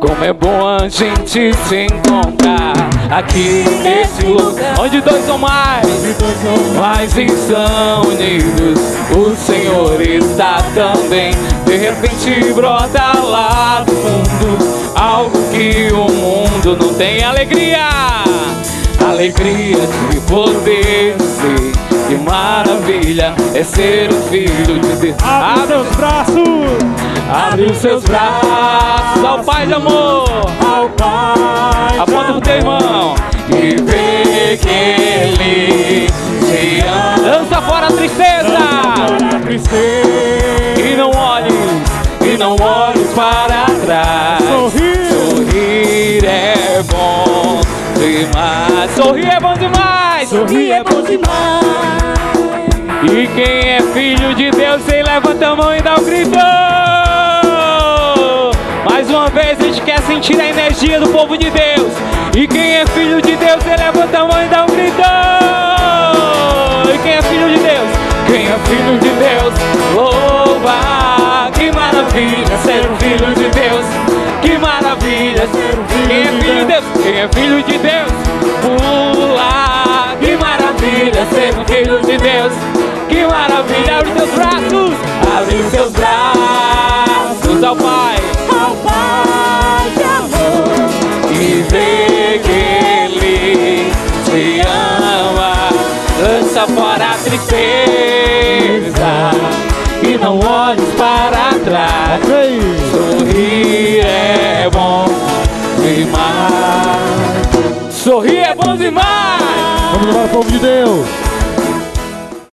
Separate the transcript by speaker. Speaker 1: Como é bom a gente se encontrar aqui nesse lugar onde dois ou mais, mais estão unidos. O Senhor está também. De repente brota lá do mundo algo que o mundo não tem alegria. Alegria de poder dizer que maravilha é ser o filho de Deus.
Speaker 2: Abre os braços!
Speaker 1: Abre os seus braços ao Pai de amor.
Speaker 2: Ao Pai.
Speaker 1: Aponta pro teu irmão. E vê que ele te ama. Lança fora a tristeza.
Speaker 2: Para a tristeza.
Speaker 1: E não olhes, e não olhes para trás.
Speaker 2: Sorrir.
Speaker 1: Sorrir é bom demais. Sorrir é bom demais.
Speaker 2: Sorrir é bom
Speaker 1: demais. E quem é filho de Deus, sem levanta a mão e dá um grito. Mais uma vez, a gente quer sentir a energia do povo de Deus. E quem é filho de Deus, ele levanta a mão e dá um grito. E quem é filho de Deus? Quem é filho de Deus? Louva! Que maravilha ser um filho de Deus. Que maravilha ser um filho Quem é filho de Deus? Quem é filho de Deus? Pula! Que maravilha ser um filho de Deus. Que maravilha! Abre os teus braços! Abre os teus braços ao Pai.
Speaker 2: Ao Pai de amor.
Speaker 1: E vê que ele te ama, lança fora a tristeza e não olhes para trás.
Speaker 2: Três.
Speaker 1: Sorrir é bom demais. Sorrir é bom demais.
Speaker 2: Vamos levar o povo de Deus.